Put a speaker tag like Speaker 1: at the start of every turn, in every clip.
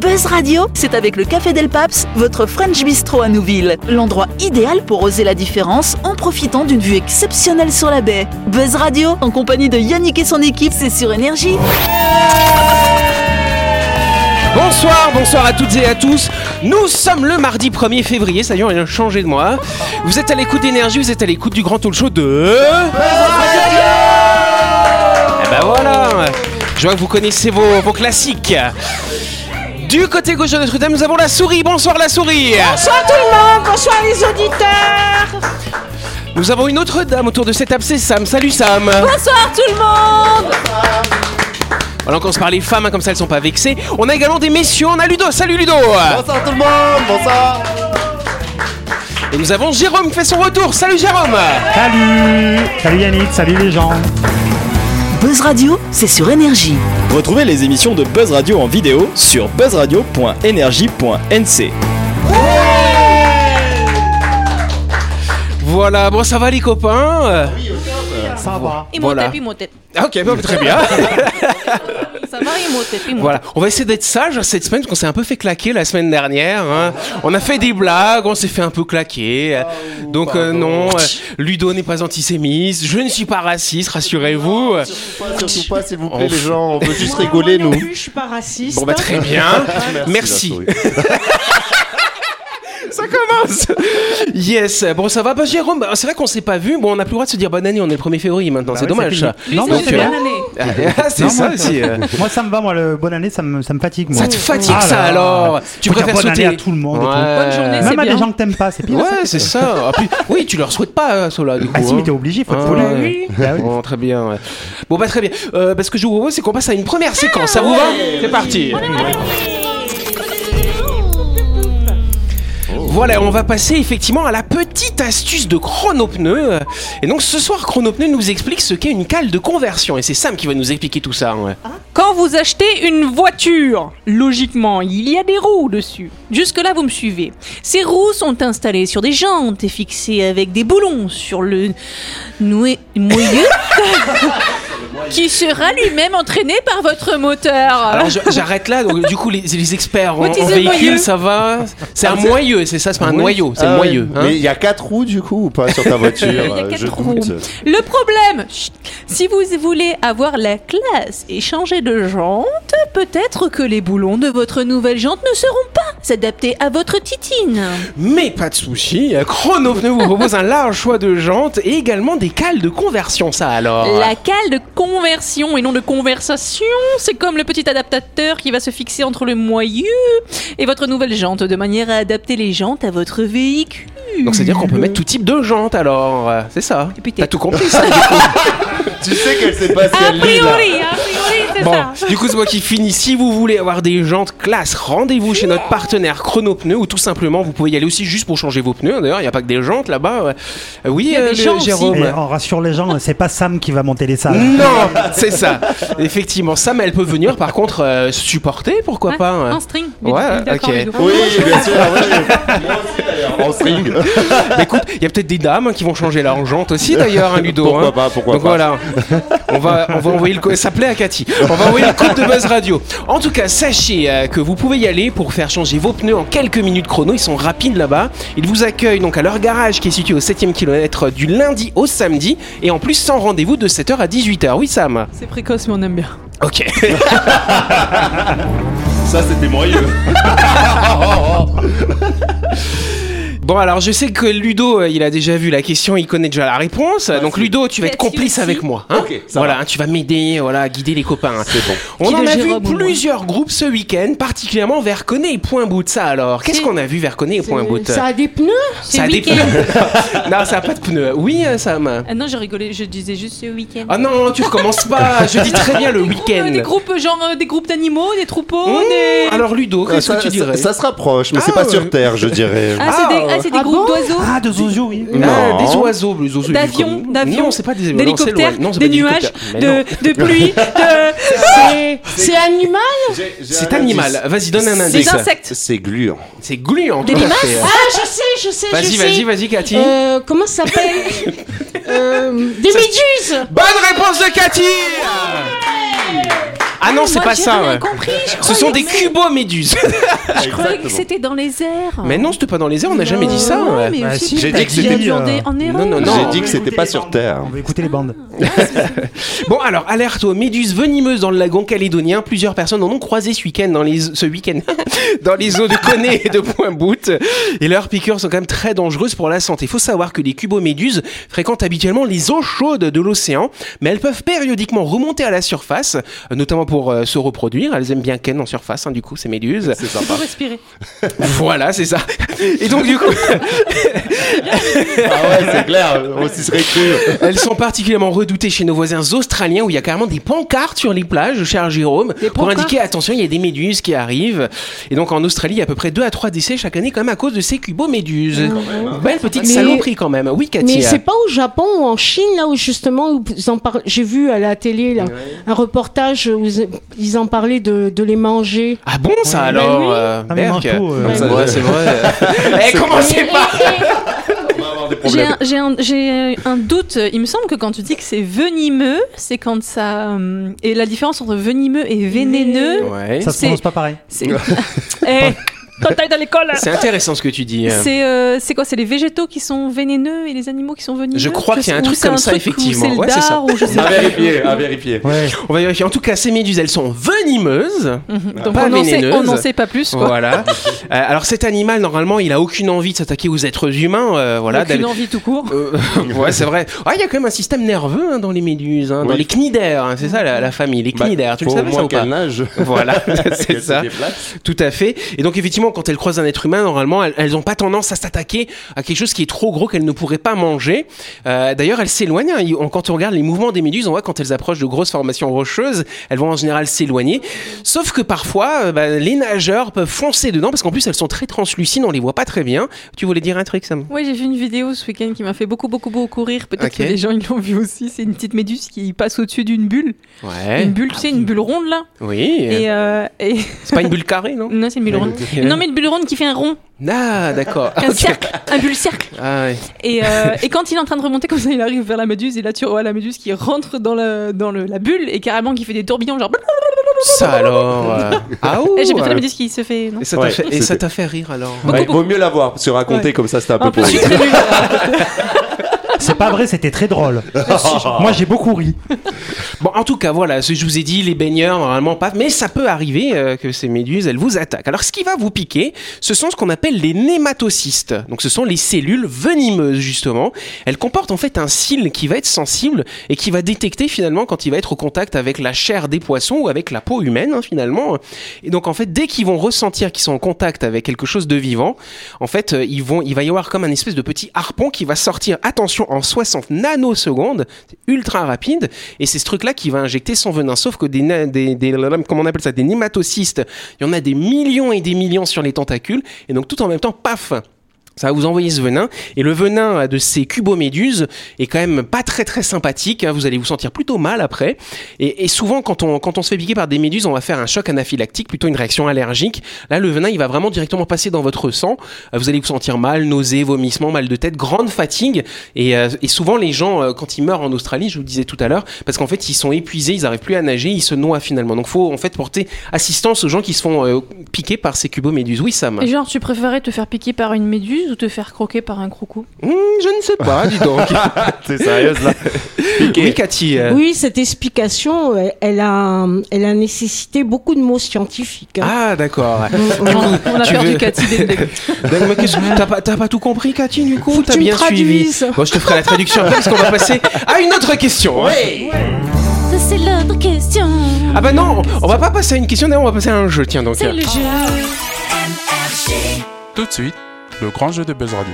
Speaker 1: Buzz Radio, c'est avec le Café Del Paps, votre French Bistro à Nouville. L'endroit idéal pour oser la différence en profitant d'une vue exceptionnelle sur la baie. Buzz Radio, en compagnie de Yannick et son équipe, c'est sur Énergie.
Speaker 2: Bonsoir, bonsoir à toutes et à tous. Nous sommes le mardi 1er février, ça y est, on vient de changer de mois. Vous êtes à l'écoute d'énergie, vous êtes à l'écoute du grand talk show de. Et ben voilà, je vois que vous connaissez vos, vos classiques. Du côté gauche de Notre-Dame, nous avons la souris. Bonsoir la souris.
Speaker 3: Bonsoir tout le monde, bonsoir les auditeurs.
Speaker 2: Nous avons une autre dame autour de cette table, c'est Sam. Salut Sam.
Speaker 3: Bonsoir tout le monde.
Speaker 2: Voilà, on commence par les femmes, hein, comme ça elles sont pas vexées. On a également des messieurs, on a Ludo. Salut Ludo.
Speaker 4: Bonsoir tout le monde, bonsoir.
Speaker 2: Et nous avons Jérôme qui fait son retour. Salut Jérôme.
Speaker 5: Salut Salut Yannick, salut les gens
Speaker 1: Buzz Radio, c'est sur Énergie.
Speaker 6: Retrouvez les émissions de Buzz Radio en vidéo sur buzzradio.energie.nc.
Speaker 2: Voilà, bon ça va les copains Euh,
Speaker 5: Ça va
Speaker 3: Il
Speaker 2: Voilà.
Speaker 3: montait, puis il montait.
Speaker 2: ah, Ok, bon, très bien.
Speaker 3: Ça va, il montait, puis il montait.
Speaker 2: Voilà, on va essayer d'être sage cette semaine parce qu'on s'est un peu fait claquer la semaine dernière. hein. On a fait des blagues, on s'est fait un peu claquer. Donc euh, non, euh, Ludo n'est pas antisémite, je ne suis pas raciste, rassurez-vous.
Speaker 4: Surtout pas, surtout pas, s'il vous plaît,
Speaker 2: On
Speaker 4: les
Speaker 2: f-
Speaker 4: gens, on veut juste
Speaker 7: Moi
Speaker 4: rigoler,
Speaker 7: non
Speaker 4: nous.
Speaker 7: plus, je suis pas raciste.
Speaker 2: Bon bah très bien, merci.
Speaker 4: la souris.
Speaker 2: Ça commence. Yes, bon ça va, bah, Jérôme, bah, c'est vrai qu'on s'est pas vu. Bon, on n'a plus le droit de se dire bonne année, on est le 1er février maintenant, c'est
Speaker 5: Bah ouais,
Speaker 2: dommage.
Speaker 5: c'est
Speaker 2: ça.
Speaker 5: fini. Non,
Speaker 2: Donc,
Speaker 5: mais c'est
Speaker 2: euh,
Speaker 5: bien.
Speaker 2: ah, c'est
Speaker 5: Non,
Speaker 2: ça
Speaker 5: moi,
Speaker 2: aussi. euh.
Speaker 5: Moi ça me va, moi le bonne année ça me, ça me fatigue moi.
Speaker 2: Ça te fatigue
Speaker 5: Ah
Speaker 2: ça
Speaker 5: là là.
Speaker 2: alors Tu
Speaker 5: Faut dire
Speaker 2: préfères
Speaker 5: bonne année
Speaker 2: sauter
Speaker 5: à tout le monde et tout.
Speaker 3: Bonne journée,
Speaker 5: Même
Speaker 3: c'est
Speaker 5: à des
Speaker 3: bien.
Speaker 5: gens que t'aimes pas, c'est pire. ça.
Speaker 2: Ouais, c'est ça. Ah, puis- oui, tu leur souhaites pas, cela, du coup.
Speaker 5: Ah si,
Speaker 2: hein.
Speaker 5: mais t'es obligé, faut
Speaker 2: Ah,
Speaker 5: être poli.
Speaker 2: ouais.
Speaker 5: Bah oui.
Speaker 2: Bon, très bien. ouais. Bon, bah, très bien. Euh, bah, ce que je vous propose, c'est qu'on passe à une première séquence. Ça vous va C'est parti. Voilà, on va passer effectivement à la petite astuce de Chronopneu. Et donc ce soir, Chronopneu nous explique ce qu'est une cale de conversion. Et c'est Sam qui va nous expliquer tout ça. ouais.
Speaker 7: Quand vous achetez une voiture, logiquement, il y a des roues dessus. Jusque-là, vous me suivez. Ces roues sont installées sur des jantes et fixées avec des boulons sur le noué moyeu qui sera lui-même entraîné par votre moteur.
Speaker 2: Alors je- j'arrête là. Donc, du coup, les, les experts en,
Speaker 7: Ah. What is
Speaker 2: en
Speaker 7: a
Speaker 2: véhicule,
Speaker 7: moyeu Ah,
Speaker 2: ça va C'est un moyeu, c'est ça C'est pas un noyau, c'est
Speaker 4: Ah
Speaker 2: un
Speaker 4: ouais.
Speaker 2: moyeu. hein.
Speaker 4: Mais il y a quatre roues, du coup, ou pas, sur ta voiture
Speaker 7: Il y a
Speaker 4: euh,
Speaker 7: quatre
Speaker 4: je
Speaker 7: roues.
Speaker 4: doute.
Speaker 7: Le problème, chut, si vous voulez avoir la classe et changer de jante, peut-être que les boulons de votre nouvelle jante ne seront pas s'adapter à votre titine.
Speaker 2: Mais pas de souci, Chronopneu vous propose un large choix de jantes et également des cales de conversion, ça alors.
Speaker 7: La cale de conversion et non de conversation, c'est comme le petit adaptateur qui va se fixer entre le moyeu et votre nouvelle jante de manière à adapter les jantes à votre véhicule.
Speaker 2: Donc c'est-à-dire qu'on peut mettre tout type de jantes alors, euh, c'est ça
Speaker 7: Et puis t'es-
Speaker 2: T'as tout compris ça
Speaker 4: Tu sais qu'elle sait pas ce
Speaker 7: A
Speaker 4: qu'elle lit, là.
Speaker 7: priori, a priori, c'est
Speaker 2: Bon,
Speaker 7: ça.
Speaker 2: du coup c'est moi qui finis. Si vous voulez avoir des jantes classe, rendez-vous chez notre partenaire Chronopneu ou tout simplement vous pouvez y aller aussi juste pour changer vos pneus. hein. D'ailleurs il n'y a pas que des jantes là-bas. ouais. Euh, Oui,
Speaker 7: y a
Speaker 2: euh,
Speaker 7: des
Speaker 2: le-
Speaker 7: jantes
Speaker 2: Jérôme.
Speaker 5: Et on rassure les gens, c'est pas Sam qui va monter les salles.
Speaker 2: Non, c'est ça. Effectivement, Sam, elle peut venir. Par contre, euh, supporter, pourquoi
Speaker 7: Ouais,
Speaker 2: pas hein.
Speaker 7: Un string.
Speaker 2: Ouais,
Speaker 7: D'accord,
Speaker 2: ok.
Speaker 7: Ludo.
Speaker 4: Oui, bien sûr, ah ouais. Moi aussi, d'ailleurs, En string.
Speaker 2: Bah, écoute, il y a peut-être des dames hein, qui vont changer leur jante aussi d'ailleurs, hein, Ludo.
Speaker 4: Pourquoi
Speaker 2: hein.
Speaker 4: pas, pourquoi
Speaker 2: Donc
Speaker 4: pas.
Speaker 2: voilà, on va, on va envoyer le co- ça plaît à Cathy. On va envoyer le code de Buzz Radio. En tout cas, sachez euh, que vous pouvez y aller pour faire changer vos pneus en quelques minutes chrono. Ils sont rapides là-bas. Ils vous accueillent donc à leur garage qui est situé au 7ème kilomètre du lundi au samedi et en plus sans rendez-vous de 7h à 18h. Oui, Sam.
Speaker 7: C'est précoce, mais on aime bien.
Speaker 2: Ok.
Speaker 4: Ça, c'était moyeux.
Speaker 2: Bon alors, je sais que Ludo, euh, il a déjà vu la question, il connaît déjà la réponse. donc Ludo, tu vas être
Speaker 7: Merci
Speaker 2: complice
Speaker 7: aussi.
Speaker 2: avec moi. Hein voilà, hein, tu vas m'aider, voilà, à guider les copains. hein.
Speaker 4: C'est bon.
Speaker 2: On
Speaker 7: Qui
Speaker 2: en
Speaker 7: de
Speaker 2: a
Speaker 7: Jérôme, au
Speaker 2: vu
Speaker 7: moins
Speaker 2: plusieurs groupes ce week-end, particulièrement Verconet et Point Bout. Ça alors, qu'est-ce
Speaker 8: C'est-
Speaker 2: qu'on a vu Verconet et Point Bout
Speaker 8: Ça a des pneus
Speaker 7: C'est
Speaker 2: a des
Speaker 7: week-end.
Speaker 2: pneus. non, ça a pas de pneus. Oui, euh, Sam.
Speaker 7: Ah non, je rigolais, je disais juste ce week-end.
Speaker 2: Ah non, tu recommences pas. Je dis très bien le week-end.
Speaker 7: Euh, Des groupes genre euh, des groupes d'animaux, des troupeaux,
Speaker 2: Mmh,
Speaker 7: des
Speaker 2: Alors Ludo,
Speaker 4: Ah,
Speaker 2: qu'est-ce
Speaker 4: Ça,
Speaker 2: que tu dirais
Speaker 4: ça- ça se rapproche, mais c'est
Speaker 2: Ah,
Speaker 4: pas
Speaker 2: ouais.
Speaker 4: sur Terre, je dirais.
Speaker 7: Ah, c'est des, ah, c'est des
Speaker 8: Ah
Speaker 7: groupes
Speaker 8: bon
Speaker 7: d'oiseaux,
Speaker 5: Ah, de Zozo, oui.
Speaker 2: Ah,
Speaker 4: Non.
Speaker 2: des oiseaux, les oiseaux.
Speaker 7: D'avions,
Speaker 2: du-
Speaker 7: d'avions,
Speaker 2: Non, c'est pas des avions. Non, c'est loin.
Speaker 7: d'hélicoptères,
Speaker 2: Non, c'est
Speaker 7: des
Speaker 2: pas des
Speaker 7: nuages,
Speaker 2: hélicoptères. Mais non.
Speaker 7: de, de pluie, de
Speaker 8: C'est c'est animal
Speaker 2: C'est animal. Vas-y, donne un
Speaker 7: des
Speaker 2: indice.
Speaker 7: insectes.
Speaker 4: C'est gluant.
Speaker 2: C'est gluant.
Speaker 7: Des
Speaker 2: tout à
Speaker 7: limaces
Speaker 2: fait.
Speaker 8: Ah, je sais, je sais, je
Speaker 2: Vas-y,
Speaker 8: sais.
Speaker 2: vas-y, vas-y, Cathy.
Speaker 8: Euh, comment ça s'appelle Euh, Des méduses
Speaker 2: Bonne réponse de Cathy Ah non, c'est
Speaker 7: moi,
Speaker 2: pas
Speaker 7: j'ai
Speaker 2: ça.
Speaker 7: rien
Speaker 2: ouais.
Speaker 7: compris, je
Speaker 2: Ce sont
Speaker 7: croyais
Speaker 2: des
Speaker 7: que-
Speaker 2: cuboméduses.
Speaker 7: Je croyais que c'était dans les airs.
Speaker 2: Mais non, c'était pas dans les airs, on n'a jamais dit ça.
Speaker 7: Non,
Speaker 2: ouais.
Speaker 7: mais
Speaker 5: Bah,
Speaker 7: aussi,
Speaker 5: si,
Speaker 4: J'ai
Speaker 5: t'as
Speaker 4: dit que c'était-
Speaker 5: euh,
Speaker 7: il y a des- en Ah, erreur.
Speaker 2: non, non,
Speaker 4: J'ai
Speaker 2: non.
Speaker 4: dit que c'était pas sur Terre.
Speaker 5: On va écouter les bandes.
Speaker 2: Bon, alors, alerte aux méduses venimeuses dans le lagon calédonien. Plusieurs personnes en ont croisé ce week-end dans les, ce week-end dans les eaux de Coné et de Pointe-Boute. Et leurs piqûres sont quand même très dangereuses pour la santé. Il faut savoir que les cuboméduses fréquentent habituellement les eaux chaudes de l'océan, mais elles peuvent périodiquement remonter à la surface, euh, notamment pour euh, se reproduire. Elles aiment bien ken en surface, hein, du coup, ces méduses.
Speaker 4: C'est sympa.
Speaker 7: respirer.
Speaker 2: Voilà, c'est ça. Et donc, du coup,
Speaker 4: Ah ouais, c'est clair. On s'y serait cru.
Speaker 2: Elles sont particulièrement redoutées chez nos voisins australiens où il y a carrément des pancartes sur les plages, cher Jérôme, pour
Speaker 7: pancartes
Speaker 2: indiquer attention, il y a des méduses qui arrivent. Et donc en Australie, il y a à peu près 2 à 3 décès chaque année quand même à cause de ces cuboméduses. Belle petite
Speaker 8: Ah, Mais-
Speaker 2: saloperie quand même. Oui, Cathy.
Speaker 8: Mais
Speaker 2: euh,
Speaker 8: c'est pas au Japon ou en Chine, là où justement, où ils en parlent- j'ai vu à la télé là, un reportage où ils- ils en parlaient de, de les manger.
Speaker 2: Ah bon ça
Speaker 8: Ouais.
Speaker 2: alors
Speaker 8: Mais oui.
Speaker 2: euh,
Speaker 5: Ah, mais
Speaker 2: Berk
Speaker 5: Marco, euh,
Speaker 8: Ouais.
Speaker 4: ça-
Speaker 2: Ouais, c'est vrai. Eh, commencez pas
Speaker 4: On va avoir des
Speaker 7: J'ai
Speaker 4: problèmes.
Speaker 7: un, j'ai un- j'ai un doute. Il me semble que quand tu dis que c'est venimeux, c'est quand ça. hum, et la différence entre venimeux et vénéneux,
Speaker 2: Ouais.
Speaker 5: Ça se
Speaker 7: C'est-
Speaker 5: prononce pas pareil.
Speaker 7: c'est. Eh, Quand t'ailles dans l'école
Speaker 2: C'est intéressant ce que tu dis.
Speaker 7: c'est euh, c'est quoi C'est les végétaux qui sont vénéneux et les animaux qui sont venimeux
Speaker 2: Je crois qu'il y a un truc comme ça, effectivement.
Speaker 7: Ou
Speaker 2: Ouais,
Speaker 7: c'est
Speaker 2: c'est
Speaker 7: le
Speaker 2: ça.
Speaker 7: dard, ou je sais
Speaker 4: À
Speaker 7: pas.
Speaker 4: vérifier, à vérifier.
Speaker 5: Ouais.
Speaker 2: On va vérifier. En tout cas, ces méduses, elles sont venimeuses.
Speaker 7: Mhm. Donc
Speaker 2: Pas
Speaker 7: on n'en sait,
Speaker 2: vénéneuse.
Speaker 7: on n'en sait pas plus. Quoi.
Speaker 2: Voilà. Euh, alors cet animal, normalement, il a aucune envie de s'attaquer aux êtres humains. euh, voilà.
Speaker 7: Aucune
Speaker 2: d'aller-
Speaker 7: envie tout court.
Speaker 2: Euh, ouais, c'est vrai. Ah, il y a quand même un système nerveux hein, dans les méduses, hein, dans
Speaker 4: Oui.
Speaker 2: les cnidaires. hein, c'est ça la, la famille, les
Speaker 4: Bah,
Speaker 2: cnidaires. tu le
Speaker 4: faut au
Speaker 2: savais ça
Speaker 4: moins
Speaker 2: ou pas
Speaker 4: qu'elle nage.
Speaker 2: Voilà, c'est
Speaker 4: Qu'elle se
Speaker 2: ça,
Speaker 4: déplace.
Speaker 2: tout à fait. Et donc effectivement, quand elles croisent un être humain, normalement, elles- elles n'ont pas tendance à s'attaquer à quelque chose qui est trop gros qu'elles ne pourraient pas manger. Euh, D'ailleurs, elles s'éloignent. hein. Ils- on- Quand on regarde les mouvements des méduses, on voit quand elles approchent de grosses formations rocheuses, elles vont en général s'éloigner. Sauf que parfois, euh, bah, les nageurs peuvent foncer dedans parce qu'en plus, elles sont très translucides, on les voit pas très bien. Tu voulais dire un truc, Sam
Speaker 7: Ouais, j'ai vu une vidéo ce week-end qui m'a fait beaucoup, beaucoup, beaucoup rire. Peut-être
Speaker 2: Ok.
Speaker 7: que les gens ils l'ont vu aussi. C'est une petite méduse qui passe au-dessus d'une bulle.
Speaker 2: Ouais.
Speaker 7: Une bulle, tu sais, une bulle ronde là.
Speaker 2: Oui.
Speaker 7: Et, euh, et-
Speaker 2: C'est pas une bulle carrée, non
Speaker 7: non, c'est une bulle ronde. Non, mais une bulle ronde qui fait un rond,
Speaker 2: Ah, d'accord.
Speaker 7: un
Speaker 2: Ok.
Speaker 7: cercle, un bulle cercle.
Speaker 2: Ah, ouais.
Speaker 7: Et, euh, et quand il est en train de remonter comme ça, il arrive vers la méduse et là tu vois la méduse qui rentre dans, le, dans le, la bulle et carrément qui fait des tourbillons genre.
Speaker 2: Ça alors. euh, Ah ouh,
Speaker 7: Et j'ai plutôt la
Speaker 2: euh,
Speaker 7: méduse qui se fait. Non
Speaker 2: Et ça t'a
Speaker 4: Ouais,
Speaker 2: fait, et
Speaker 4: c'était-
Speaker 2: ça t'a fait rire alors
Speaker 4: Ouais, il vaut mieux l'avoir, se raconter comme ça, c'était un peu
Speaker 7: En plus,
Speaker 4: pourri.
Speaker 7: je suis très nulle.
Speaker 5: C'est pas vrai, c'était très drôle. Moi, j'ai beaucoup ri.
Speaker 2: Bon, en tout cas, voilà, ce que je vous ai dit, les baigneurs, normalement pas, mais ça peut arriver euh, que ces méduses, elles vous attaquent. Alors, ce qui va vous piquer, ce sont ce qu'on appelle les nématocystes. Donc, ce sont les cellules venimeuses, justement. Elles comportent en fait un cil qui va être sensible et qui va détecter finalement quand il va être au contact avec la chair des poissons ou avec la peau humaine, hein, finalement. Et donc, en fait, dès qu'ils vont ressentir qu'ils sont en contact avec quelque chose de vivant, en fait, euh, ils vont, il va y avoir comme un espèce de petit harpon qui va sortir, attention, en 60 nanosecondes, c'est ultra rapide, et c'est ce truc-là qui va injecter son venin. Sauf que des, na- des, des, comment on appelle ça, des nématocystes, il y en a des millions et des millions sur les tentacules, et donc tout en même temps, paf ça va vous envoyer ce venin et le venin euh, de ces cuboméduses est quand même pas très très sympathique. hein. Vous allez vous sentir plutôt mal après. Et, et souvent quand on quand on se fait piquer par des méduses, on va faire un choc anaphylactique, plutôt une réaction allergique. Là, le venin il va vraiment directement passer dans votre sang. Euh, Vous allez vous sentir mal, nausée, vomissement, mal de tête, grande fatigue. Et, euh, et souvent les gens euh, quand ils meurent en Australie, je vous le disais tout à l'heure, parce qu'en fait ils sont épuisés, ils n'arrivent plus à nager, ils se noient finalement. Donc faut en fait porter assistance aux gens qui se font euh, piquer par ces cuboméduses. Oui Sam.
Speaker 7: Et genre, tu préférais te faire piquer par une méduse ou te faire croquer par un crocou
Speaker 2: Hmm, je ne sais pas, dis donc.
Speaker 4: T'es sérieuse là
Speaker 2: Oui, Cathy. euh,
Speaker 8: Oui, cette explication, elle, elle a, elle a nécessité beaucoup de mots scientifiques. hein.
Speaker 2: Ah, d'accord.
Speaker 7: On on a
Speaker 2: tu
Speaker 7: perdu
Speaker 2: veux-
Speaker 7: Cathy dès le début.
Speaker 2: D'accord, mais qu'est-ce que- T'as pas, t'as pas tout compris, Cathy, du coup
Speaker 8: Faut que
Speaker 2: T'as
Speaker 8: tu me
Speaker 2: bien suivi.
Speaker 8: traduises.
Speaker 2: Bon, je te ferai la traduction après parce qu'on va passer à une autre question. hein.
Speaker 9: Ça c'est l'autre question.
Speaker 2: Ah bah non, on va pas passer à une question, d'ailleurs, on va passer à un jeu, tiens donc.
Speaker 9: C'est le jeu.
Speaker 10: Tout de suite, le grand jeu de Buzz Radio.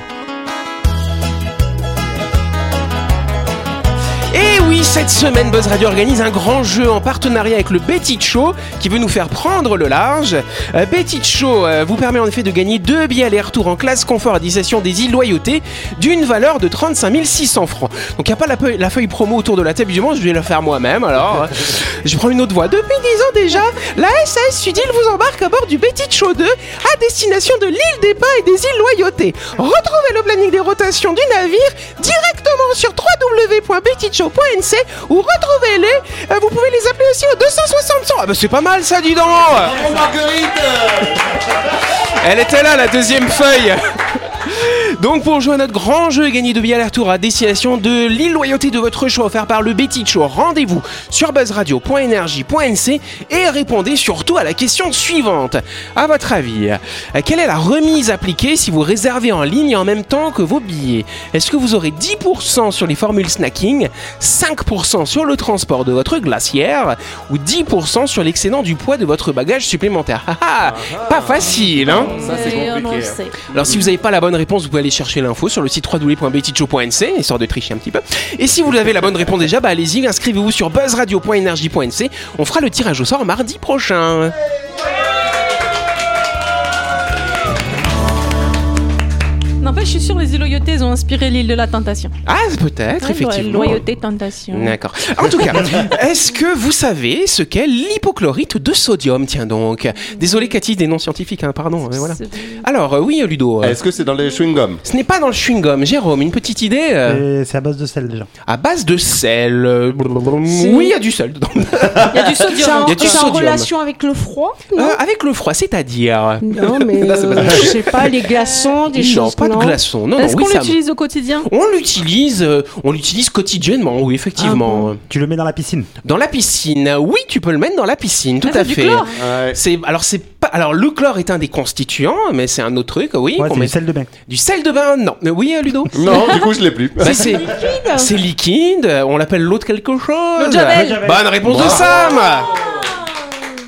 Speaker 2: Et Eh oui, cette semaine, Buzz Radio organise un grand jeu en partenariat avec le Betty Show qui veut nous faire prendre le large. Euh, Betty Show euh, vous permet en effet de gagner deux billets aller-retour en classe confort à destination des îles Loyauté d'une valeur de 35 600 francs. Donc il n'y a pas la, peu- la feuille promo autour de la table du monde, je vais la faire moi-même alors. hein. je prends une autre voix. Depuis 10 ans déjà, la SAS Sudil vous embarque à bord du Betty Show 2 à destination de l'île des Pins et des îles Loyauté. Retrouvez le planning des rotations du navire directement sur www.betitcho.fr BNC ou retrouvez-les. Euh, Vous pouvez les appeler aussi au 260 Ah bah c'est pas mal ça, dis donc Elle était là, la deuxième feuille donc pour jouer à notre grand jeu et gagner de billets aller-retour à destination de l'île loyauté de votre choix offert par le Betty Show, rendez-vous sur buzzradio.energie.nc et répondez surtout à la question suivante. À votre avis, euh, quelle est la remise appliquée si vous réservez en ligne en même temps que vos billets Est-ce que vous aurez 10% sur les formules snacking, 5% sur le transport de votre glacière ou 10% sur l'excédent du poids de votre bagage supplémentaire Ah ah, Pas facile, hein
Speaker 4: Ça, c'est
Speaker 7: Et on en
Speaker 4: compliqué.
Speaker 7: sait.
Speaker 2: alors si vous n'avez pas la bonne réponse, vous pouvez aller chercher l'info sur le site www.bettycho.nc, histoire de tricher un petit peu. Et si vous avez la bonne réponse déjà, bah allez-y, inscrivez-vous sur buzzradio.energie.nc. On fera le tirage au sort mardi prochain.
Speaker 7: N'empêche, je suis sûre les îles Loyautés ont inspiré l'île de la Tentation.
Speaker 2: Ah, peut-être,
Speaker 7: Ouais,
Speaker 2: effectivement.
Speaker 7: Loyauté, hein. Tentation.
Speaker 2: D'accord. En tout cas, est-ce que vous savez ce qu'est l'hypochlorite de sodium Tiens donc. Désolé Cathy, des noms scientifiques, hein, pardon. mais voilà. Alors, euh, oui, Ludo. euh,
Speaker 4: Est-ce que c'est dans les chewing-gums
Speaker 2: ce n'est pas dans le chewing-gum. Jérôme, une petite idée euh,
Speaker 5: Et C'est à base de sel déjà.
Speaker 2: À base de sel. euh, Oui, il y a du sel dedans.
Speaker 7: Il y a du sodium.
Speaker 8: Ça en-
Speaker 2: y a du
Speaker 8: ça en
Speaker 2: sodium.
Speaker 8: relation avec le froid
Speaker 2: Euh,
Speaker 8: Non,
Speaker 2: avec le froid, c'est-à-dire.
Speaker 8: non mais euh, je sais pas, les glaçons, des
Speaker 2: Non,
Speaker 8: choses.
Speaker 2: pas de
Speaker 8: non.
Speaker 2: glaçons. Non, non,
Speaker 7: Est-ce
Speaker 2: Oh, oui,
Speaker 7: qu'on
Speaker 2: ça-
Speaker 7: l'utilise au quotidien
Speaker 2: On l'utilise, euh, on l'utilise quotidiennement, oui, effectivement.
Speaker 5: Tu le mets dans la piscine.
Speaker 2: Dans la piscine, oui, tu peux le mettre dans la piscine, tout
Speaker 7: Ah,
Speaker 2: à
Speaker 7: c'est du
Speaker 2: fait.
Speaker 7: chlore.
Speaker 4: Ouais.
Speaker 2: C'est alors c'est pas alors le chlore est un des constituants, mais c'est un autre truc, oui.
Speaker 5: Ouais,
Speaker 2: qu'on
Speaker 5: c'est
Speaker 2: met-
Speaker 5: du sel de bain.
Speaker 2: du sel de bain, non. Mais oui, euh, Ludo.
Speaker 4: Non, du coup, je l'ai plus.
Speaker 2: Bah, c'est c'est liquide. euh, On l'appelle l'eau de quelque chose.
Speaker 7: L'eau de Javel. L'eau de
Speaker 2: Bonne réponse de
Speaker 4: Bravo.
Speaker 2: Sam.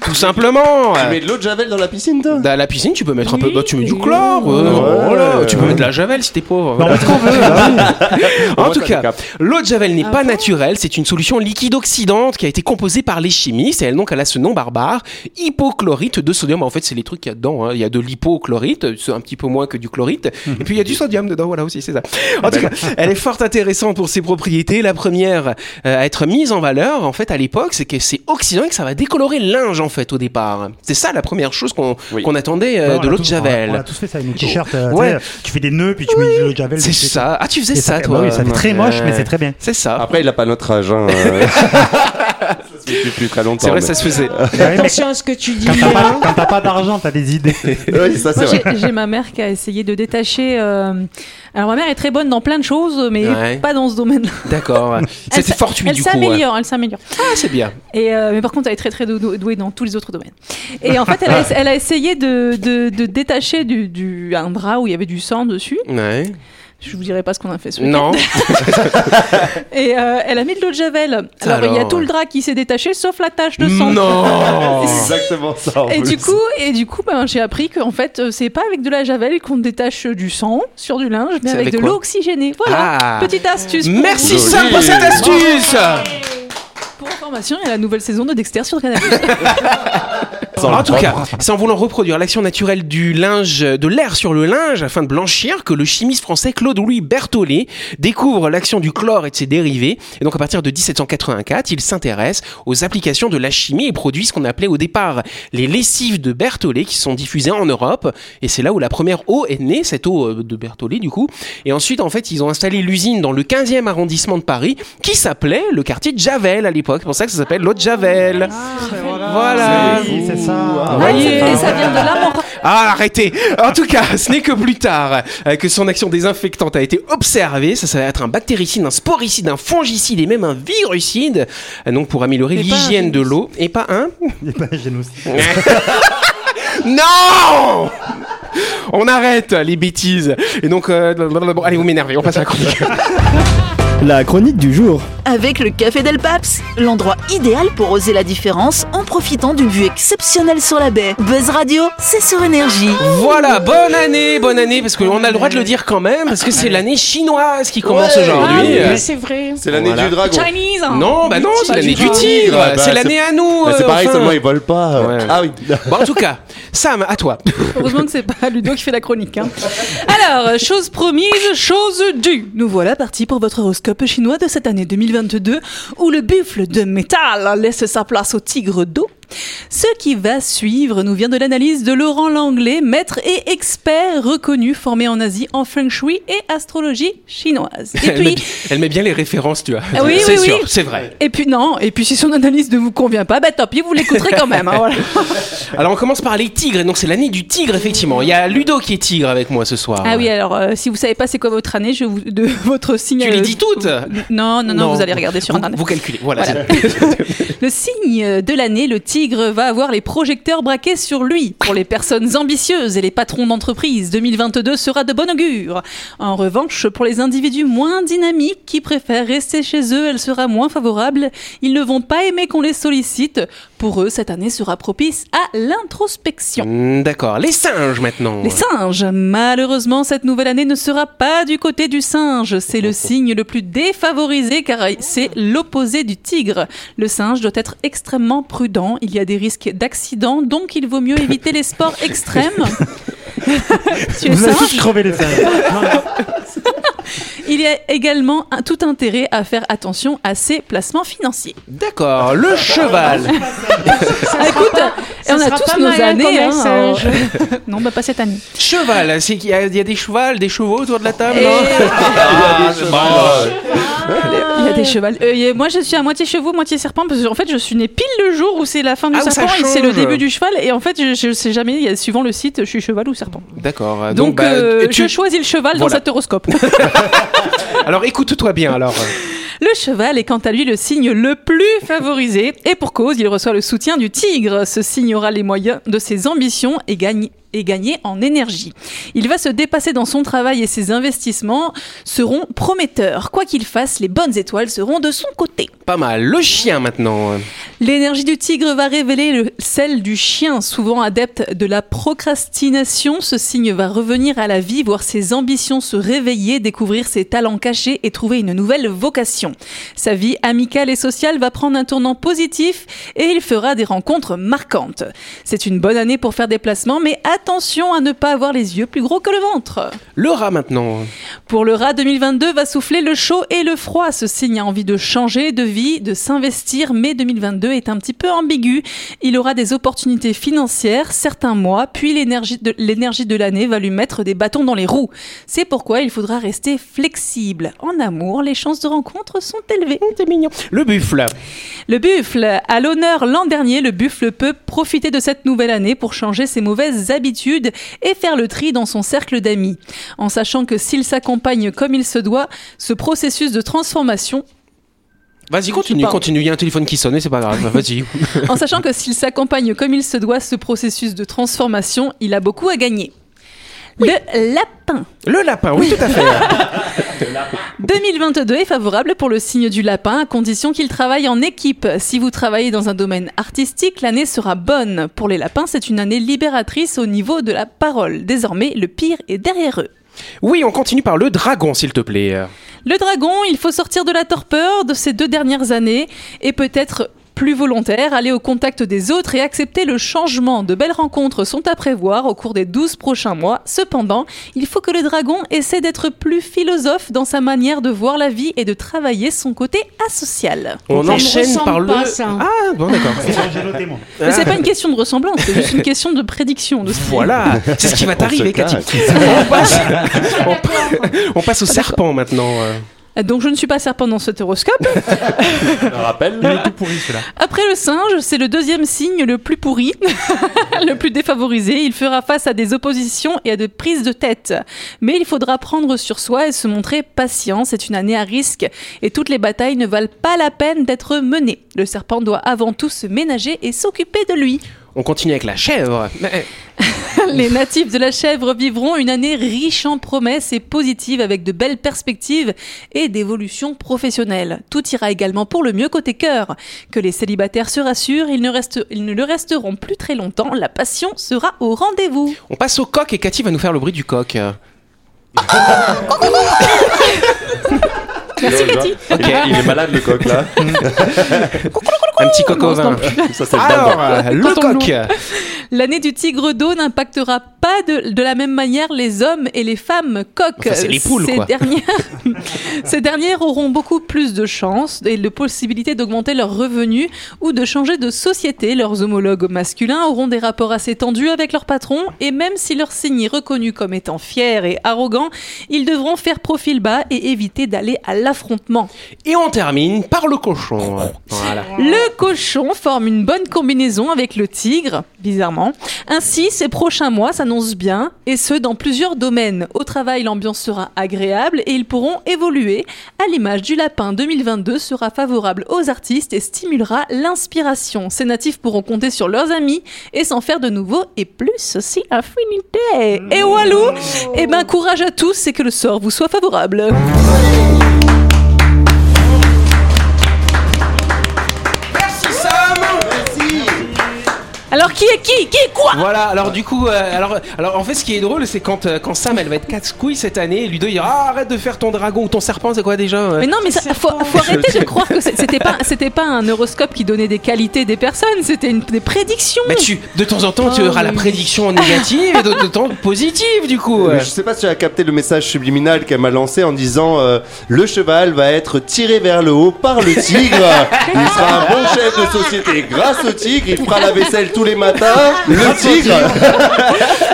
Speaker 2: Tout simplement.
Speaker 4: Tu mets de l'eau de Javel dans la piscine, toi
Speaker 2: Dans la piscine, tu peux mettre un peu. Bah, tu mets du chlore. euh,
Speaker 4: Ouais.
Speaker 2: voilà. Tu peux mettre de la javel si t'es pauvre.
Speaker 5: Mais
Speaker 2: voilà.
Speaker 5: on met ce qu'on veut. bah oui.
Speaker 2: En
Speaker 4: Moi,
Speaker 2: tout
Speaker 4: ça
Speaker 2: cas,
Speaker 4: décape.
Speaker 2: l'eau de Javel n'est pas naturelle, c'est une solution liquide oxydante qui a été composée par les chimistes et elle donc elle a ce nom barbare, hypochlorite de sodium. En fait, c'est les trucs qu'il y a dedans. hein. Il y a de l'hypochlorite, c'est un petit peu moins que du chlorite, et puis il y a du sodium dedans. Voilà aussi, c'est ça. En tout cas, elle est fort intéressante pour ses propriétés. La première euh, à être mise en valeur, en fait, à l'époque, c'est que c'est oxydant et que ça va décolorer le linge en fait au départ. C'est ça la première chose qu'on
Speaker 4: Oui.
Speaker 2: qu'on attendait euh,
Speaker 5: Ouais, on
Speaker 2: de
Speaker 5: a
Speaker 2: l'eau de
Speaker 5: tous- On a, on a
Speaker 2: Javel.
Speaker 5: tous fait ça avec nos t-shirts. euh,
Speaker 2: Ouais.
Speaker 5: tu sais, Tu fais des nœuds puis tu mets de l'eau de javel.
Speaker 2: C'est
Speaker 5: tu fais-
Speaker 2: ça. Ah, tu faisais
Speaker 5: Et
Speaker 2: ça,
Speaker 5: fait-
Speaker 2: toi.
Speaker 5: bah oui, ça fait très moche,
Speaker 2: Ouais.
Speaker 5: mais c'est très Ah, bien.
Speaker 2: C'est ça.
Speaker 4: Après, il a pas notre âge. Hein. euh. ça se fait plus, depuis très longtemps.
Speaker 2: C'est vrai,
Speaker 4: mais-
Speaker 2: ça se faisait.
Speaker 5: Ouais, Bah mais
Speaker 8: Attention à ce que tu dis.
Speaker 5: quand t'as pas- quand t'as pas d'argent, t'as des idées.
Speaker 4: Oui, ça, c'est
Speaker 7: Moi,
Speaker 4: vrai.
Speaker 7: j'ai- j'ai ma mère qui a essayé de détacher. euh, Alors, ma mère est très bonne dans plein de choses, mais
Speaker 2: Ouais.
Speaker 7: pas dans ce domaine-là.
Speaker 2: D'accord.
Speaker 7: Elle
Speaker 2: C'était
Speaker 7: s'a-
Speaker 2: fortuit
Speaker 7: Elle
Speaker 2: du coup. ouais.
Speaker 7: s'améliore, elle s'améliore.
Speaker 2: Ah, c'est bien.
Speaker 7: Et euh, mais par contre, elle est très très dou- douée dans tous les autres domaines. Et en fait, elle
Speaker 2: Ah.
Speaker 7: a, elle a essayé de, de- de détacher du, du- un drap où il y avait du sang dessus.
Speaker 2: Ouais.
Speaker 7: Je vous dirai pas ce qu'on a fait. Ce week-end.
Speaker 2: Non.
Speaker 7: Et euh, elle a mis de l'eau de javel. Alors,
Speaker 2: Alors,
Speaker 7: il y a tout
Speaker 2: ouais.
Speaker 7: le drap qui s'est détaché, sauf la tache de sang.
Speaker 2: non.
Speaker 4: C'est exactement ça. en
Speaker 7: Et du
Speaker 4: plus.
Speaker 7: coup, et du coup, ben, j'ai appris qu'en fait, euh, c'est pas avec de la javel qu'on détache euh, du sang sur du linge,
Speaker 2: C'est
Speaker 7: mais avec,
Speaker 2: avec
Speaker 7: de
Speaker 2: quoi
Speaker 7: l'eau oxygénée. Voilà.
Speaker 2: Ah.
Speaker 7: Petite astuce. pour-
Speaker 2: Merci
Speaker 4: Joli.
Speaker 2: Sam pour cette astuce.
Speaker 7: Pour information, il y a la nouvelle saison de Dexter sur Canal.
Speaker 2: En tout cas, c'est en voulant reproduire l'action naturelle du linge, de l'air sur le linge afin de blanchir que le chimiste français Claude-Louis Berthollet découvre l'action du chlore et de ses dérivés. Et donc à partir de 1784, il s'intéresse aux applications de la chimie et produit ce qu'on appelait au départ les lessives de Berthollet qui sont diffusées en Europe. Et c'est là où la première eau est née, cette eau euh, de Berthollet du coup. Et ensuite, en fait, ils ont installé l'usine dans le 15e arrondissement de Paris qui s'appelait le quartier de Javel à l'époque. C'est pour ça que ça s'appelle l'eau de Javel. Voilà.
Speaker 5: Oui, c'est ça.
Speaker 2: Vous
Speaker 7: Ah,
Speaker 2: voyez
Speaker 7: c'est- et ça vient de là, mon
Speaker 2: Ah, arrêtez En tout cas, ce n'est que plus tard euh, que son action désinfectante a été observée. Ça, ça va être un bactéricide, un sporicide, un fongicide et même un virucide. Euh, Donc, pour améliorer
Speaker 7: Et pas un
Speaker 2: l'hygiène de l'eau. Et pas un
Speaker 5: Et ben, génocide.
Speaker 2: Non On arrête les bêtises. Et donc, euh, blablabla. Bon, allez, vous m'énervez, on passe à la chronique.
Speaker 6: La chronique du jour.
Speaker 1: Avec le Café Del Paps, l'endroit idéal pour oser la différence en profitant d'une vue exceptionnelle sur la baie. Buzz Radio, c'est sur énergie.
Speaker 2: Voilà, bonne année, bonne année, parce qu'on a le droit de le dire quand même, parce que c'est l'année chinoise qui commence
Speaker 8: Ah
Speaker 2: aujourd'hui.
Speaker 8: oui,
Speaker 2: Euh,
Speaker 8: c'est vrai.
Speaker 4: C'est l'année
Speaker 2: Voilà.
Speaker 4: du dragon.
Speaker 7: Chinese. hein.
Speaker 2: Non, bah non, c'est
Speaker 4: Bah,
Speaker 2: l'année
Speaker 4: du
Speaker 2: du
Speaker 4: tigre.
Speaker 2: tigre,
Speaker 4: Bah,
Speaker 2: c'est
Speaker 4: c'est-
Speaker 2: l'année à nous.
Speaker 4: Bah, c'est
Speaker 2: euh,
Speaker 4: pareil,
Speaker 2: enfin.
Speaker 4: seulement ils volent pas. euh.
Speaker 2: Ouais.
Speaker 4: Ah oui.
Speaker 2: Bon, en tout cas, Sam, à toi.
Speaker 7: Heureusement que c'est pas Ludo qui fait la chronique. hein. Alors, chose promise, chose due. Nous voilà partis pour votre horoscope chinois de cette année 2022, où le buffle de métal laisse sa place au tigre d'eau, Ce qui va suivre nous vient de l'analyse de Laurent Langlais, maître et expert reconnu formé en Asie en feng shui et astrologie chinoise. Et
Speaker 2: elle, met,
Speaker 7: puis,
Speaker 2: elle met bien les références, tu vois.
Speaker 7: Ah oui,
Speaker 2: c'est
Speaker 7: oui,
Speaker 2: sûr,
Speaker 7: oui.
Speaker 2: c'est vrai.
Speaker 7: et puis non, et puis si son analyse ne vous convient pas, bah tant pis, vous l'écouterez quand même. hein, voilà.
Speaker 2: Alors on commence par les tigres, et donc c'est l'année du tigre, effectivement. Il y a Ludo qui est tigre avec moi ce soir.
Speaker 7: Ah oui, alors euh, si vous savez pas c'est quoi votre année, je vous, de votre signe.
Speaker 2: Tu les dis
Speaker 7: euh,
Speaker 2: toutes
Speaker 7: Non, non, non,
Speaker 2: Non.
Speaker 7: vous allez regarder sur
Speaker 2: vous,
Speaker 7: internet.
Speaker 2: vous calculez, voilà.
Speaker 7: Voilà.
Speaker 2: c'est-
Speaker 7: Le signe de l'année, le tigre va avoir les projecteurs braqués sur lui. Pour les personnes ambitieuses et les patrons d'entreprise, 2022 sera de bon augure. En revanche, pour les individus moins dynamiques qui préfèrent rester chez eux, elle sera moins favorable. Ils ne vont pas aimer qu'on les sollicite. Pour eux, cette année sera propice à l'introspection.
Speaker 2: Mm, D'accord, les singes maintenant.
Speaker 7: Les singes. Malheureusement, cette nouvelle année ne sera pas du côté du singe. C'est le signe le plus défavorisé car c'est l'opposé du tigre. Le singe doit être extrêmement prudent. Il y a des risques d'accident, donc il vaut mieux éviter les sports extrêmes. tu es
Speaker 5: Vous allez
Speaker 7: singe
Speaker 5: tous crever les singes.
Speaker 7: Il y a également un- tout intérêt à faire attention à ses placements financiers.
Speaker 2: D'accord, le cheval.
Speaker 7: Ah, écoute,
Speaker 8: ça
Speaker 7: on a
Speaker 8: sera
Speaker 7: tous
Speaker 8: pas
Speaker 7: nos
Speaker 8: malin
Speaker 7: années.
Speaker 8: comme un
Speaker 7: hein.
Speaker 8: singe.
Speaker 7: non, bah pas cette année.
Speaker 2: Cheval, c'est qu'il y a, il y a des chevals, des chevaux autour de la table,
Speaker 7: Et-
Speaker 2: non
Speaker 4: Ah, c'est
Speaker 2: Bah,
Speaker 4: bon.
Speaker 2: euh,
Speaker 7: Il y a des chevals. Euh, y a- moi, je suis à moitié chevaux, moitié serpent, parce que en fait, je suis née pile le jour où c'est la fin du
Speaker 2: Ah, où ça
Speaker 7: serpent et c'est le
Speaker 2: change.
Speaker 7: début du cheval. Et en fait, je, je sais jamais, il y a- suivant le site, je suis cheval ou serpent.
Speaker 2: D'accord.
Speaker 7: Donc,
Speaker 2: bah,
Speaker 7: euh,
Speaker 2: tu-
Speaker 7: je choisis le cheval dans
Speaker 2: Voilà.
Speaker 7: cet horoscope.
Speaker 2: Alors écoute-toi bien alors.
Speaker 7: le cheval est quant à lui le signe le plus favorisé. Et pour cause, il reçoit le soutien du tigre. Ce signe aura les moyens de ses ambitions et gagne et gagner en énergie. Il va se dépasser dans son travail et ses investissements seront prometteurs. Quoi qu'il fasse, les bonnes étoiles seront de son côté.
Speaker 2: Pas mal. Le chien maintenant.
Speaker 7: L'énergie du tigre va révéler le- celle du chien, souvent adepte de la procrastination. Ce signe va revenir à la vie, voir ses ambitions se réveiller, découvrir ses talents cachés et trouver une nouvelle vocation. Sa vie amicale et sociale va prendre un tournant positif et il fera des rencontres marquantes. C'est une bonne année pour faire des placements, mais attention à ne pas avoir les yeux plus gros que le ventre.
Speaker 2: Le rat maintenant.
Speaker 7: Pour le rat 2022 va souffler le chaud et le froid. Ce signe a envie de changer de vie, de s'investir, mais 2022 est un petit peu ambigu. Il aura des opportunités financières certains mois, puis l'énergie de l'énergie de l'année va lui mettre des bâtons dans les roues. C'est pourquoi il faudra rester flexible. En amour, les chances de rencontre sont élevées.
Speaker 2: Le buffle.
Speaker 7: Le buffle, à l'honneur l'an dernier, le buffle peut profiter de cette nouvelle année pour changer ses mauvaises habitudes et faire le tri dans son cercle d'amis, en sachant que s'il s'accompagne comme il se doit, ce processus de transformation,
Speaker 2: Vas-y, continue,
Speaker 7: Je sais pas.
Speaker 2: continue. Il y a un téléphone qui sonne, mais c'est pas grave. Vas-y.
Speaker 7: en sachant que s'il s'accompagne comme il se doit, ce processus de transformation, il a beaucoup à gagner. Le lapin.
Speaker 2: Le lapin, oui, tout à fait.
Speaker 7: 2022 est favorable pour le signe du lapin à condition qu'il travaille en équipe. Si vous travaillez dans un domaine artistique, l'année sera bonne. Pour les lapins, c'est une année libératrice au niveau de la parole. Désormais, le pire est derrière eux.
Speaker 2: Oui, on continue par le dragon, s'il te plaît.
Speaker 7: Le dragon, il faut sortir de la torpeur de ces deux dernières années et peut-être plus volontaire, aller au contact des autres et accepter le changement. De belles rencontres sont à prévoir au cours des 12 prochains mois. Cependant, il faut que le dragon essaie d'être plus philosophe dans sa manière de voir la vie et de travailler son côté asocial.
Speaker 2: On
Speaker 8: Ça me
Speaker 2: enchaîne
Speaker 8: ressemble
Speaker 2: par le.
Speaker 8: pas, ça.
Speaker 2: Ah, bon, d'accord.
Speaker 5: J'ai noté moi.
Speaker 7: Mais c'est pas une question de ressemblance, c'est juste une question de prédiction. De ce qui-
Speaker 2: Voilà, c'est ce qui va t'arriver,
Speaker 4: se
Speaker 2: Cathy.
Speaker 4: casse.
Speaker 2: on, passe...
Speaker 8: Ah,
Speaker 2: on pa- on passe au serpent maintenant.
Speaker 7: Donc je ne suis pas serpent dans cet horoscope.
Speaker 4: Rappel.
Speaker 5: Il est tout pourri celui-là.
Speaker 2: Ah
Speaker 7: Après le singe, c'est le deuxième signe le plus pourri, le plus défavorisé. Il fera face à des oppositions et à des prises de tête. Mais il faudra prendre sur soi et se montrer patient. C'est une année à risque et toutes les batailles ne valent pas la peine d'être menées. Le serpent doit avant tout se ménager et s'occuper de lui.
Speaker 2: On continue avec la chèvre. Mais- eh,
Speaker 7: Les natifs de la chèvre vivront une année riche en promesses et positive avec de belles perspectives et d'évolutions professionnelles. Tout ira également pour le mieux côté cœur. Que les célibataires se rassurent, ils ne, restent- ils ne le resteront plus très longtemps. La passion sera au rendez-vous.
Speaker 2: On passe au coq et Cathy va nous faire le bruit du coq.
Speaker 7: Merci
Speaker 4: Il est-
Speaker 7: Cathy.
Speaker 4: Il est- Il est malade le coq là.
Speaker 2: Un petit coq au vin.
Speaker 4: Ça c'est le dindon.
Speaker 2: Alors, euh, le
Speaker 7: Quand on
Speaker 2: coq.
Speaker 7: L'année du tigre d'eau n'impactera pas de, de la même manière les hommes et les femmes coqs.
Speaker 2: Enfin, c'est les poules,
Speaker 7: Ces
Speaker 2: quoi.
Speaker 7: dernières- Ces dernières auront beaucoup plus de chances et de possibilités d'augmenter leurs revenus ou de changer de société. Leurs homologues masculins auront des rapports assez tendus avec leurs patrons et même si leur signe est reconnu comme étant fier et arrogant, ils devront faire profil bas et éviter d'aller à l'affrontement.
Speaker 2: Et on termine par le cochon. Voilà.
Speaker 7: Le cochon forme une bonne combinaison avec le tigre, bizarrement. Ainsi, ces prochains mois s'annoncent bien, et ce, dans plusieurs domaines. Au travail, l'ambiance sera agréable et ils pourront évoluer. À l'image du lapin 2022 sera favorable aux artistes et stimulera l'inspiration. Ces natifs pourront compter sur leurs amis et s'en faire de nouveau et plus aussi affinité. Et Walou, eh ben courage à tous et que le sort vous soit favorable.
Speaker 2: Merci Sam
Speaker 7: Alors qui est qui Qui est quoi
Speaker 2: Voilà, alors du coup, euh, alors, alors en fait, ce qui est drôle, c'est quand, euh, quand Sam, elle va être casse-couille cette année, et Ludo, il dira Ah, arrête de faire ton dragon ou ton serpent, c'est quoi déjà euh
Speaker 7: Mais non, mais ça, faut, faut arrêter de croire que c'est- c'était pas, c'était pas un horoscope qui donnait des qualités des personnes, c'était une, des prédictions.
Speaker 2: Bah, tu, de temps en temps, tu
Speaker 7: Oh,
Speaker 2: auras la
Speaker 7: oui.
Speaker 2: prédiction négative et d'autres temps positive, du coup.
Speaker 4: Mais Je sais pas si tu as capté le message subliminal qu'elle m'a lancé en disant euh, le cheval va être tiré vers le haut par le tigre. Il sera un bon chef de société grâce au tigre. Il fera la vaisselle tous les matins. Le tigre.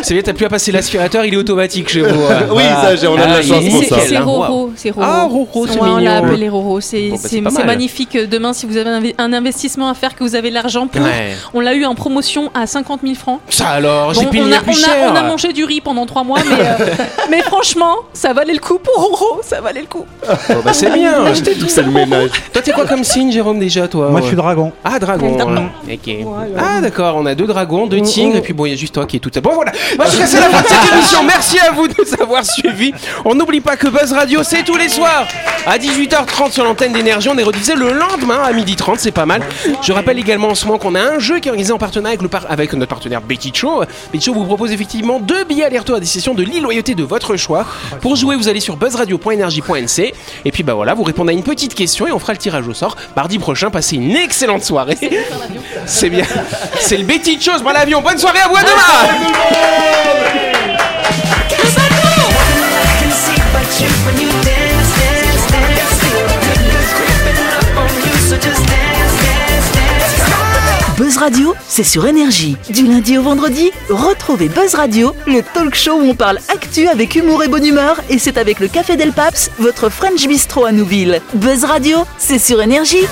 Speaker 2: C'est bien, t'as plus à passer l'aspirateur, il est automatique chez vous. euh,
Speaker 4: Oui, ça, j'ai- on a de la
Speaker 2: Ah,
Speaker 4: chance
Speaker 2: il est
Speaker 4: pour
Speaker 7: C'est-
Speaker 4: ça.
Speaker 2: nickel,
Speaker 7: C'est
Speaker 2: hein.
Speaker 7: Roro, c'est Roro.
Speaker 2: Ah, Roro, c'est
Speaker 7: Ouais, On l'a
Speaker 2: mignon.
Speaker 7: appelé Roro. C'est
Speaker 2: Bon, bah, c'est
Speaker 7: c'est-
Speaker 2: pas
Speaker 7: c'est
Speaker 2: mal.
Speaker 7: magnifique. Demain, si vous avez un, un investissement à faire, que vous avez l'argent pour,
Speaker 2: Ouais.
Speaker 7: on l'a eu en promotion à 50 000 francs.
Speaker 2: Ça alors, j'ai
Speaker 7: Bon,
Speaker 2: payé
Speaker 7: on, a,
Speaker 2: plus
Speaker 7: on a-
Speaker 2: cher.
Speaker 7: on a mangé du riz pendant trois mois, mais, euh, mais franchement, ça valait le coup pour Roro, ça valait le coup.
Speaker 2: Bon, bah, c'est bien.
Speaker 4: C'est le ménage.
Speaker 2: Toi, t'es quoi comme signe, Jérôme, déjà, toi
Speaker 5: Moi,
Speaker 2: ouais.
Speaker 5: je suis dragon.
Speaker 2: Ah, dragon.
Speaker 7: Dragon.
Speaker 2: ouais. Ok. Ah, d'accord, on a deux dragons, deux tigres, et puis bon, il y a juste toi qui est tout à. Bon, voilà. Bah, en tout cas, c'est la fin de cette émission. Merci à vous de nous avoir suivis. On n'oublie pas que Buzz Radio, c'est tous les soirs à 18h30 sur l'antenne d'énergie. On est rediffusé le lendemain à 12h30, c'est pas mal. Je rappelle également en ce moment qu'on a un jeu qui est organisé en partenariat avec, le par- avec notre partenaire Betty Show. Betty Show vous propose effectivement deux billets aller-retour à destination de l'illoyauté de votre choix. Pour jouer, vous allez sur buzzradio.energie.nc. Et puis, bah voilà, vous répondez à une petite question et on fera le tirage au sort mardi prochain. Passez une excellente soirée. C'est bien. C'est le Betty de chose, moi l'avion. Bonne soirée à vous, à demain
Speaker 1: Buzz Radio, c'est sur énergie. Du lundi au vendredi, retrouvez Buzz Radio, le talk show où on parle actu avec humour et bonne humeur, et c'est avec le Café Del Paps, votre French Bistro à Nouville. Buzz Radio, c'est sur énergie.